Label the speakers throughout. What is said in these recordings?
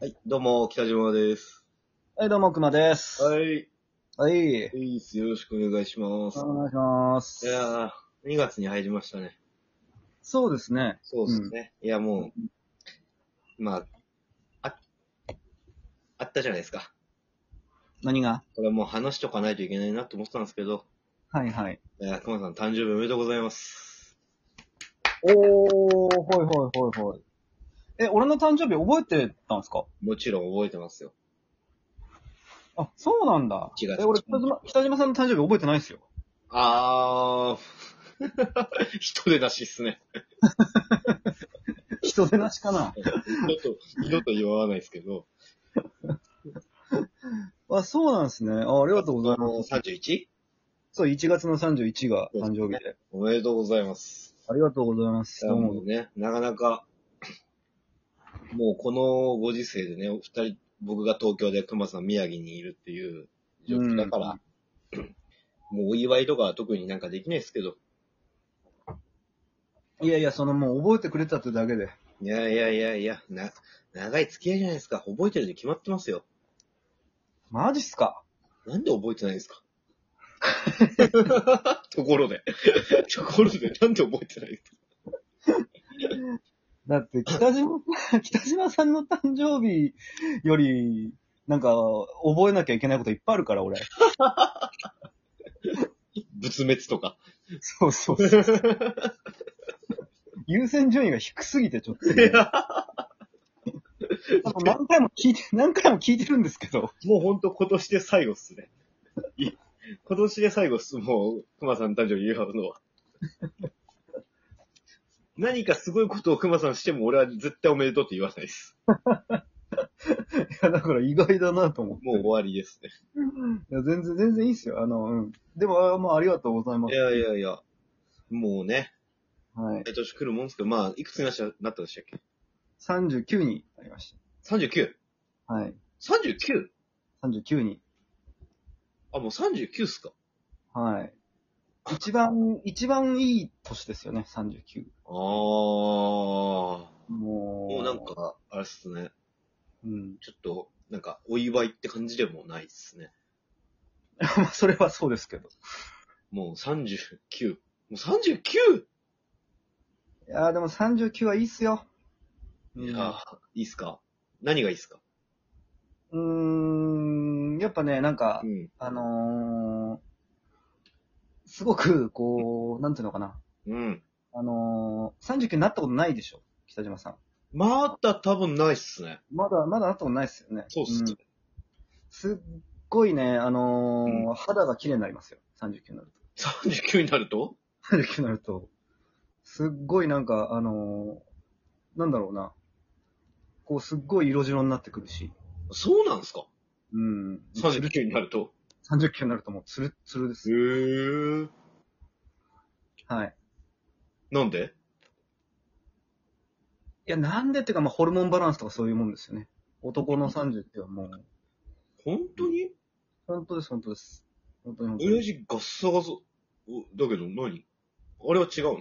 Speaker 1: はい、どうも、北島です。
Speaker 2: はい、どうも、くまです。い。
Speaker 1: い。
Speaker 2: はい。
Speaker 1: いいっす。よろしくお願いします。
Speaker 2: お願いします。
Speaker 1: いやー、2月に入りましたね。
Speaker 2: そうですね。
Speaker 1: そうですね。いや、もう、まあ、あ、あったじゃないですか。
Speaker 2: 何が
Speaker 1: これはもう話しとかないといけないなと思ってたんですけど、
Speaker 2: はいはい。
Speaker 1: いやー、熊さん誕生日おめでとうございます。
Speaker 2: おー、ほいほいほいほい。え、俺の誕生日覚えてたんですか
Speaker 1: もちろん覚えてますよ。
Speaker 2: あ、そうなんだ。
Speaker 1: 違う
Speaker 2: え、俺北島、北島さんの誕生日覚えてないですよ。
Speaker 1: あー、 人で出しっすね。
Speaker 2: 人手なしか な。
Speaker 1: ちょっと、二度と言わないですけど、
Speaker 2: あ、そうなんですね。あ、ありがとうございます。
Speaker 1: 31?
Speaker 2: そう、1月の31が誕生日で。
Speaker 1: おめでとうございます。
Speaker 2: ありがとうございます。
Speaker 1: あ
Speaker 2: どう
Speaker 1: も
Speaker 2: も
Speaker 1: う。ね、なかなか、もうこのご時世でね、お二人、僕が東京で熊さん宮城にいるっていう状況だから、もうお祝いとかは特になんかできないですけど、
Speaker 2: いやいや、そのもう覚えてくれたってだけで。
Speaker 1: いやいやいやいや、な、長い付き合いじゃないですか。覚えてるに決まってますよ。
Speaker 2: マジっすか
Speaker 1: なんで覚えてないんですかところで。ところで、なんで覚えてないんですか
Speaker 2: だって、北島、 北島さんの誕生日より、なんか、覚えなきゃいけないこといっぱいあるから、俺。
Speaker 1: 仏滅とか。
Speaker 2: そうそうそう。優先順位が低すぎて、ちょっと、ね。多分何回も聞いて、何回も聞いてるんですけど。
Speaker 1: もうほんと今年で最後っすね。い今年で最後っす、もう、熊さん誕生日祝うのは。 何かすごいことを熊さんしても俺は絶対おめでとうって言わないです。
Speaker 2: いや、だから意外だなと思って。
Speaker 1: もう終わりですね。
Speaker 2: いや、全然、全然いいっすよ。あの、うん。でも、あまあ、ありがとうございま
Speaker 1: い
Speaker 2: す。
Speaker 1: やいやいや。もうね、
Speaker 2: はい。
Speaker 1: 毎年来るもんですけど、まあ、いくつになっちゃなったんでしたっけ
Speaker 2: 39になりまし
Speaker 1: ?39?39?
Speaker 2: た。はい。
Speaker 1: 39?
Speaker 2: 39に。
Speaker 1: あ、もう39っすか
Speaker 2: はい。一番、一番いい年ですよね、39。
Speaker 1: あー。も
Speaker 2: もう。
Speaker 1: うなんか、あれっすね。
Speaker 2: うん。
Speaker 1: ちょっと、なんか、お祝いって感じでもないっすね。
Speaker 2: まあ、それはそうですけど。
Speaker 1: もう39。もう 39!
Speaker 2: いやーでも39はいいっすよ。うん
Speaker 1: いや、いいっすか何がいいっすか
Speaker 2: うーん、やっぱね、なんか、
Speaker 1: ん。
Speaker 2: あのー、すごく、こう、なんていうのかな。
Speaker 1: うん。
Speaker 2: あのー、39になったことないでしょ北島さん。
Speaker 1: まだ多分ないっすね。
Speaker 2: まだ、まだなったことないっすよね。
Speaker 1: そうっすね
Speaker 2: んすっごいね、あのー
Speaker 1: う
Speaker 2: 肌が綺麗になりますよ。39になると。
Speaker 1: 39になると
Speaker 2: 39になると、すっごいなんか、あのー、なんだろうな。こう、すっごい色白になってくるし。
Speaker 1: そうなんすか
Speaker 2: うん。
Speaker 1: ?39 になると。
Speaker 2: 30キロになるともうツルッツルで
Speaker 1: へ
Speaker 2: す。
Speaker 1: ー。
Speaker 2: はい。
Speaker 1: なんで
Speaker 2: いや、なんでっていうか、まあ、ホルモンバランスとかそういうもんですよね。男の30っていうのはもう、
Speaker 1: 本当に
Speaker 2: 本当です、本当です。本当に本当
Speaker 1: 親
Speaker 2: に。
Speaker 1: 父ガッサガサ。おだけど何あれは違うの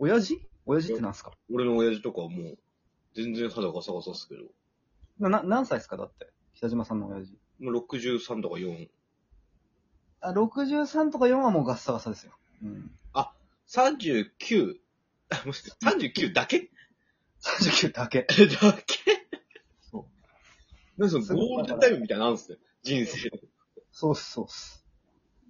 Speaker 2: 親父親父ってなんすか
Speaker 1: 俺の親父とかはもう、全然肌ガサガサっすけど。
Speaker 2: な、な何歳ですかだって。北島さんの親父。
Speaker 1: もう63とか4。
Speaker 2: あ、63とか4はもうガッサガサですよ。うん。
Speaker 1: 39。あもし39だけ
Speaker 2: 39だけ。
Speaker 1: だけ
Speaker 2: そ
Speaker 1: なんかそのゴールデンタイムみたいなのあるんすね。人生。
Speaker 2: そうっす、そうっす。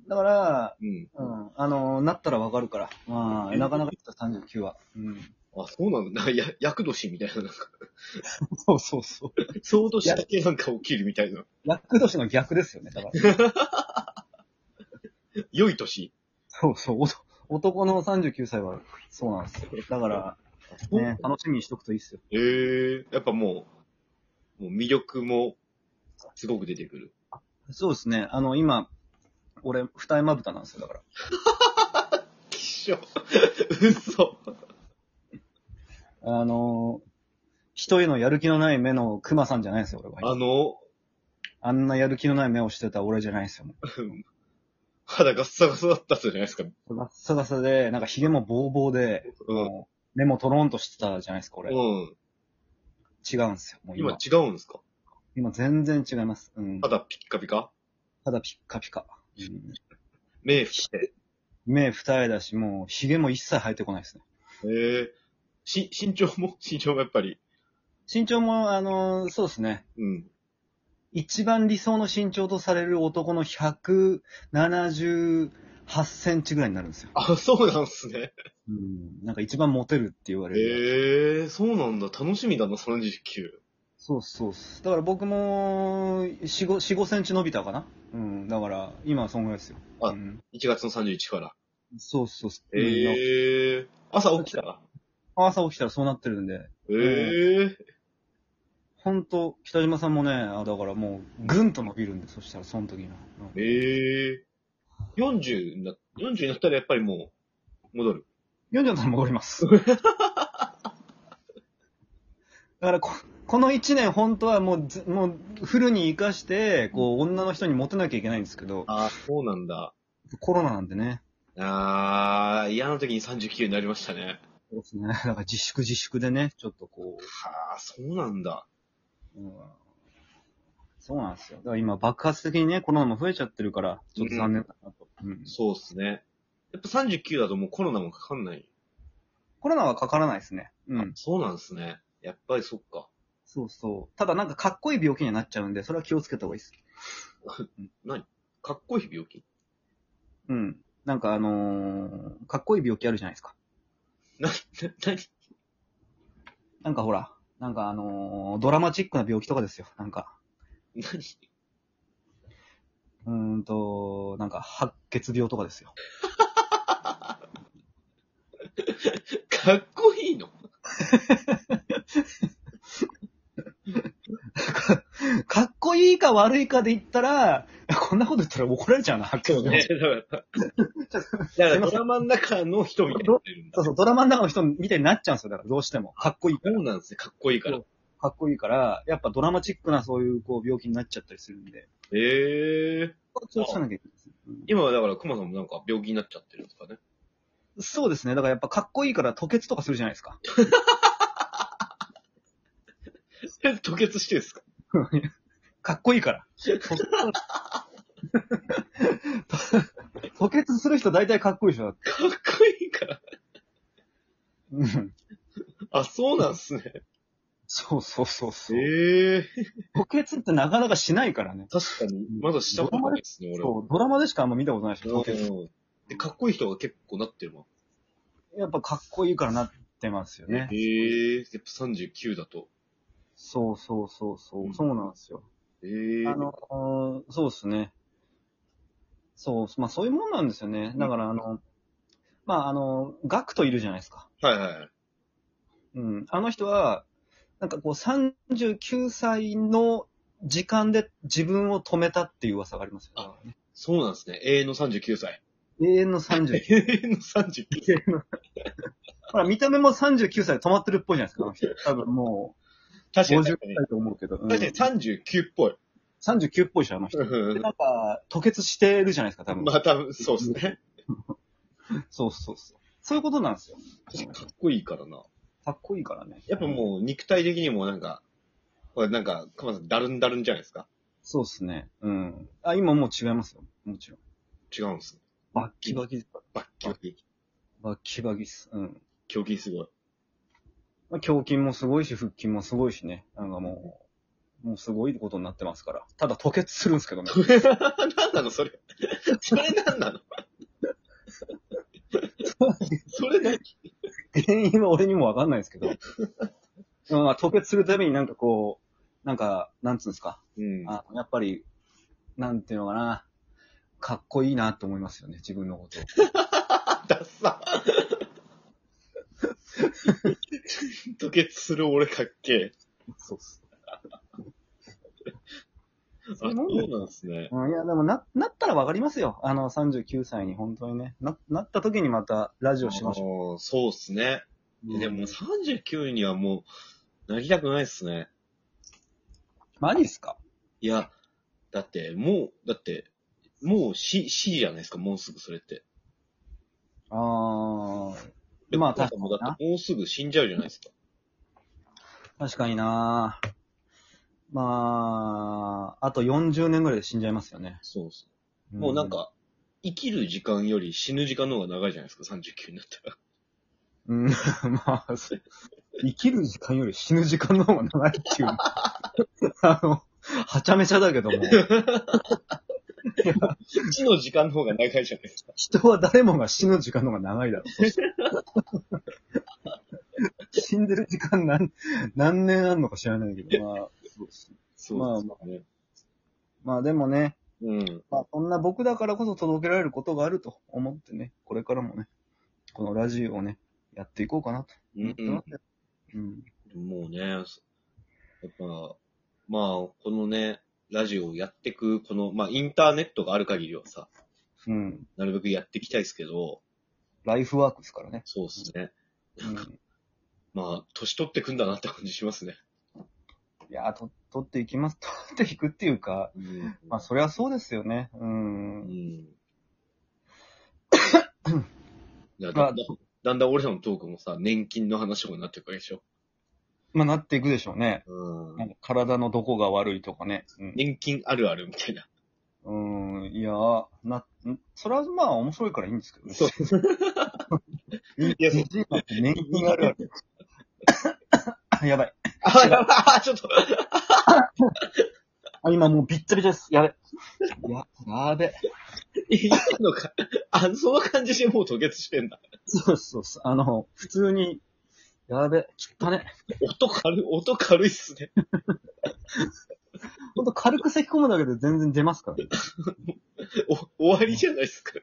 Speaker 2: だから、
Speaker 1: うん。
Speaker 2: うん。あのーなったらわかるから。まあ、なかなかいった39は。うん。
Speaker 1: あ、そうなんだ。なんかや、厄年みたいな、なんか、
Speaker 2: そうそうそう。
Speaker 1: そうとしたけなんか起きるみたいな。
Speaker 2: 厄年の逆ですよね、だから。
Speaker 1: 良い年。
Speaker 2: そうそう、おと男の39歳はそうなんですよ。だから、ね、楽しみにしとくといいっすよ。
Speaker 1: ええやっぱもう、もう魅力も、すごく出てくる。
Speaker 2: そうですね、あの、今、俺、二重まぶたなんですよ、だから。
Speaker 1: きっしょ。嘘。
Speaker 2: あのー、人へのやる気のない目のクマさんじゃないですよ、俺は。
Speaker 1: あの、
Speaker 2: あんなやる気のない目をしてた俺じゃないですよ。も
Speaker 1: 肌ガッサガサだったじゃないですか。
Speaker 2: うガッサガサで、なんか髭もボーボーで、
Speaker 1: うん。
Speaker 2: もう目もトロンとしてたじゃないですか、俺。
Speaker 1: うん。
Speaker 2: 違うんですよ。もう
Speaker 1: 今
Speaker 2: 今。
Speaker 1: 違うんですか
Speaker 2: 今全然違います。うん。
Speaker 1: 肌ピッカピカ
Speaker 2: 肌ピッカピカ。うん
Speaker 1: 目振って。
Speaker 2: 目二重だし、もう、髭も一切生えてこないですね。
Speaker 1: へえ。し、身長も、身長もやっぱり。
Speaker 2: 身長も、あのーそうですね。
Speaker 1: うん。
Speaker 2: 一番理想の身長とされる男の178センチぐらいになるんですよ。
Speaker 1: あ、そうなんすね。
Speaker 2: うん。なんか一番モテるって言われる。
Speaker 1: へえ、そうなんだ。楽しみだな、その時期。
Speaker 2: そうそうっす。だから僕も、4、5、4 5センチ伸びたかなうん。だから、今はそんぐらいですよ。
Speaker 1: あ
Speaker 2: うん、
Speaker 1: 1月の31から。
Speaker 2: そうそうっす。うん
Speaker 1: へえ。朝起きたら。
Speaker 2: 朝起きたらそうなってるんで。
Speaker 1: へえ。
Speaker 2: ほんと、北島さんもね、あだからもう、ぐんと伸びるんで、そしたら、その時には。うん
Speaker 1: へえ。40にな、40になったらやっぱりもう、戻る。
Speaker 2: 読んじゃったら戻り ます。だからこ、この一年、本当はもうず、もう、フルに活かして、こう、女の人にモテなきゃいけないんですけど、
Speaker 1: ああ、そうなんだ。
Speaker 2: コロナなんでね。
Speaker 1: ああ、嫌な時に39になりましたね。
Speaker 2: そうですね。だから自粛自粛でね、ちょっとこ
Speaker 1: はあ、そうなんだ。
Speaker 2: う、うんそうなんですよ。だから今、爆発的にね、コロナも増えちゃってるから、ちょっと残念だなと。うん
Speaker 1: そうっすね。やっぱ39だともうコロナもかかんない。
Speaker 2: コロナはかからないですね。うん。
Speaker 1: そうなんですね。やっぱりそっか。
Speaker 2: そうそう。ただなんかかっこいい病気にはなっちゃうんで、それは気をつけた方がいいです。
Speaker 1: かっこいい病気
Speaker 2: うん。なんかあのーかっこいい病気あるじゃないですか。
Speaker 1: な、な、なに
Speaker 2: なんかほら、なんかあのードラマチックな病気とかですよ。なんか、
Speaker 1: 何
Speaker 2: うーんと、なんか白血病とかですよ。
Speaker 1: かっこいいの
Speaker 2: かっこいいか悪いかで言ったら、こんなこと言ったら怒られちゃうな、白血病。
Speaker 1: ね、だから、だからドラマの中の人みたいになってるんだ。
Speaker 2: そうそう、ドラマの中の人みたいになっちゃうんですよ。だからどうしても。かっこいいか
Speaker 1: そ
Speaker 2: ら。
Speaker 1: うなんですね、かっこいいから
Speaker 2: そ。かっこいいから、やっぱドラマチックなそういうこう病気になっちゃったりするんで。
Speaker 1: ええ
Speaker 2: 気をつけなきゃいけないですねうん
Speaker 1: 今はだから、熊さんもなんか病気になっちゃってるんですかね。
Speaker 2: そうですね。だからやっぱかっこいいから吐血とかするじゃないですか。
Speaker 1: え吐血してですか
Speaker 2: かっこいいから。吐血する人大体かっこいいでしょ。だって
Speaker 1: かっこいいから。
Speaker 2: うん
Speaker 1: あ、そうなんすね。
Speaker 2: そうそうそうそう。
Speaker 1: ええ
Speaker 2: 吐血ってなかなかしないからね。
Speaker 1: 確かに。まだしたことないですね、俺は。
Speaker 2: そう、ドラマでしかあんま見たことないでしょ、吐血。
Speaker 1: うんでかっこいい人が結構なってるわ。
Speaker 2: やっぱかっこいいからなってますよね
Speaker 1: え。えやっぱ39だと。
Speaker 2: そうそうそうそうう。
Speaker 1: ん
Speaker 2: そうなんですよ。
Speaker 1: ええ
Speaker 2: あの、そうですね。そう、まあそういうもんなんですよね。だからあの、まああの、ガクトいるじゃないですか。
Speaker 1: はいはい。
Speaker 2: うん。あの人は、なんかこう39歳の時間で自分を止めたっていう噂がありますよ、ね。
Speaker 1: そうなんですね。永遠の39歳。
Speaker 2: 永遠の39。
Speaker 1: 永遠の39歳。
Speaker 2: ほら、見た目も39歳で止まってるっぽいじゃないですか、あの人。多分もう、
Speaker 1: 確かに
Speaker 2: 50
Speaker 1: 確か
Speaker 2: 歳
Speaker 1: に。
Speaker 2: と思うけど。うん、
Speaker 1: 確か
Speaker 2: 39
Speaker 1: に39っぽい。
Speaker 2: っぽいでしょ、あの人。でなんか、吐血してるじゃないですか、多分。
Speaker 1: まあ多分、そうですね。
Speaker 2: そうそうそう。そういうことなんですよ。
Speaker 1: 確かにかっこいいからな。
Speaker 2: かっこいいからね。
Speaker 1: やっぱもう肉体的にもなんか、これなんか、かまさん、だるんだるんじゃないですか。
Speaker 2: そうっすね。うん。あ、今もう違いますよ。もちろん。
Speaker 1: 違うんですね。
Speaker 2: バッキバキですか
Speaker 1: バ
Speaker 2: ら
Speaker 1: ッキバキ。
Speaker 2: バッキバキっす。うん。
Speaker 1: 狂気すごい。
Speaker 2: まあ、胸筋もすごいし、腹筋もすごいしね。なんかもう、もうすごいことになってますから。ただ吐血するんですけどね。
Speaker 1: 何なの それ。それ何なのそれ何
Speaker 2: 原因は俺にもわかんないですけ ど。うんまあ、吐血するためになんかこう、なんか、なんつうんですか。
Speaker 1: うん。
Speaker 2: あやっぱり、なんていうのかな。かっこいいなと思いますよね、自分のこと。
Speaker 1: ダッ サ。吐血する俺かっけえ。
Speaker 2: そうっす。
Speaker 1: あ、そ
Speaker 2: そう
Speaker 1: う
Speaker 2: なんだ
Speaker 1: なんですね。
Speaker 2: うん、いや、でもな、なったらわかりますよ。あの、39歳に本当にね。な、なった時にまたラジオしましょ
Speaker 1: あーそうっすね。
Speaker 2: う。
Speaker 1: でも、39にはもう、なりたくないっすね。
Speaker 2: マジっすか
Speaker 1: いや、だって、もう、だって、もう死、死じゃないですか、もうすぐそれって。
Speaker 2: あー。まあ確かにな
Speaker 1: だってもうだってもうすぐ死んじゃうじゃないですか。
Speaker 2: 確かになまあ、あと40年ぐらいで死んじゃいますよね。
Speaker 1: そうそう。もうなん、か、生きる時間より死ぬ時間の方が長いじゃないですか、39になったら。
Speaker 2: うん、 まあ、そう生きる時間より死ぬ時間の方が長いって いう。あの、はちゃめちゃだけども、
Speaker 1: 死の時間の方が長いじゃないですか。
Speaker 2: 人は誰もが死ぬ時間の方が長いだろう。死んでる時間何、何年あるのか知らないけど、まあ、
Speaker 1: そうですよね。
Speaker 2: まあでもね、
Speaker 1: うん。
Speaker 2: まあそんな僕だからこそ届けられることがあると思ってね、これからもね、このラジオをね、やっていこうかなと
Speaker 1: う
Speaker 2: 思っ
Speaker 1: ん
Speaker 2: て
Speaker 1: うん
Speaker 2: ますよ。うん。
Speaker 1: もうね、やっぱ、まあ、このね、ラジオをやってく、この、まあ、インターネットがある限りはさ、
Speaker 2: うん。
Speaker 1: なるべくやっていきたいですけど、
Speaker 2: ライフワークですからね。
Speaker 1: そうですね。
Speaker 2: うん、
Speaker 1: まあ、年取ってくんだなって感じしますね。
Speaker 2: いやーと、取っていきます。 取っていくっていうか、
Speaker 1: うん。
Speaker 2: まあそりゃそうですよね。う。
Speaker 1: うんん。いや
Speaker 2: ま
Speaker 1: だ
Speaker 2: あ
Speaker 1: んだん、だんだん俺らのトークもさ、年金の話とかになってくるでしょ。
Speaker 2: まあなっていくでしょうね。
Speaker 1: う
Speaker 2: なん
Speaker 1: ん。
Speaker 2: か体のどこが悪いとかね。うん
Speaker 1: 年金あるあるみたいな。
Speaker 2: うん、いやー、な、んそれはまあ面白いからいいんですけどね。
Speaker 1: そういや、そう
Speaker 2: じじいなんて年金あるある。やばい。
Speaker 1: あ、やばいちょっと、
Speaker 2: あ、今もうびっちゃびちゃです。やべ。や、やべ。
Speaker 1: 言ってんのか。あ、その感じでもう吐血してんだ。
Speaker 2: そうそうそう。あの、普通に、やべ、きったね。
Speaker 1: 音軽い、音軽いっすね。
Speaker 2: ほんと軽く咳込むだけで全然出ますから、ね。
Speaker 1: お、終わりじゃないですか。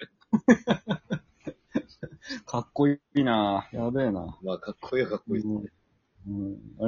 Speaker 2: かっこいいなやべえな
Speaker 1: まあ、かっこいいはかっこいい。
Speaker 2: うんうん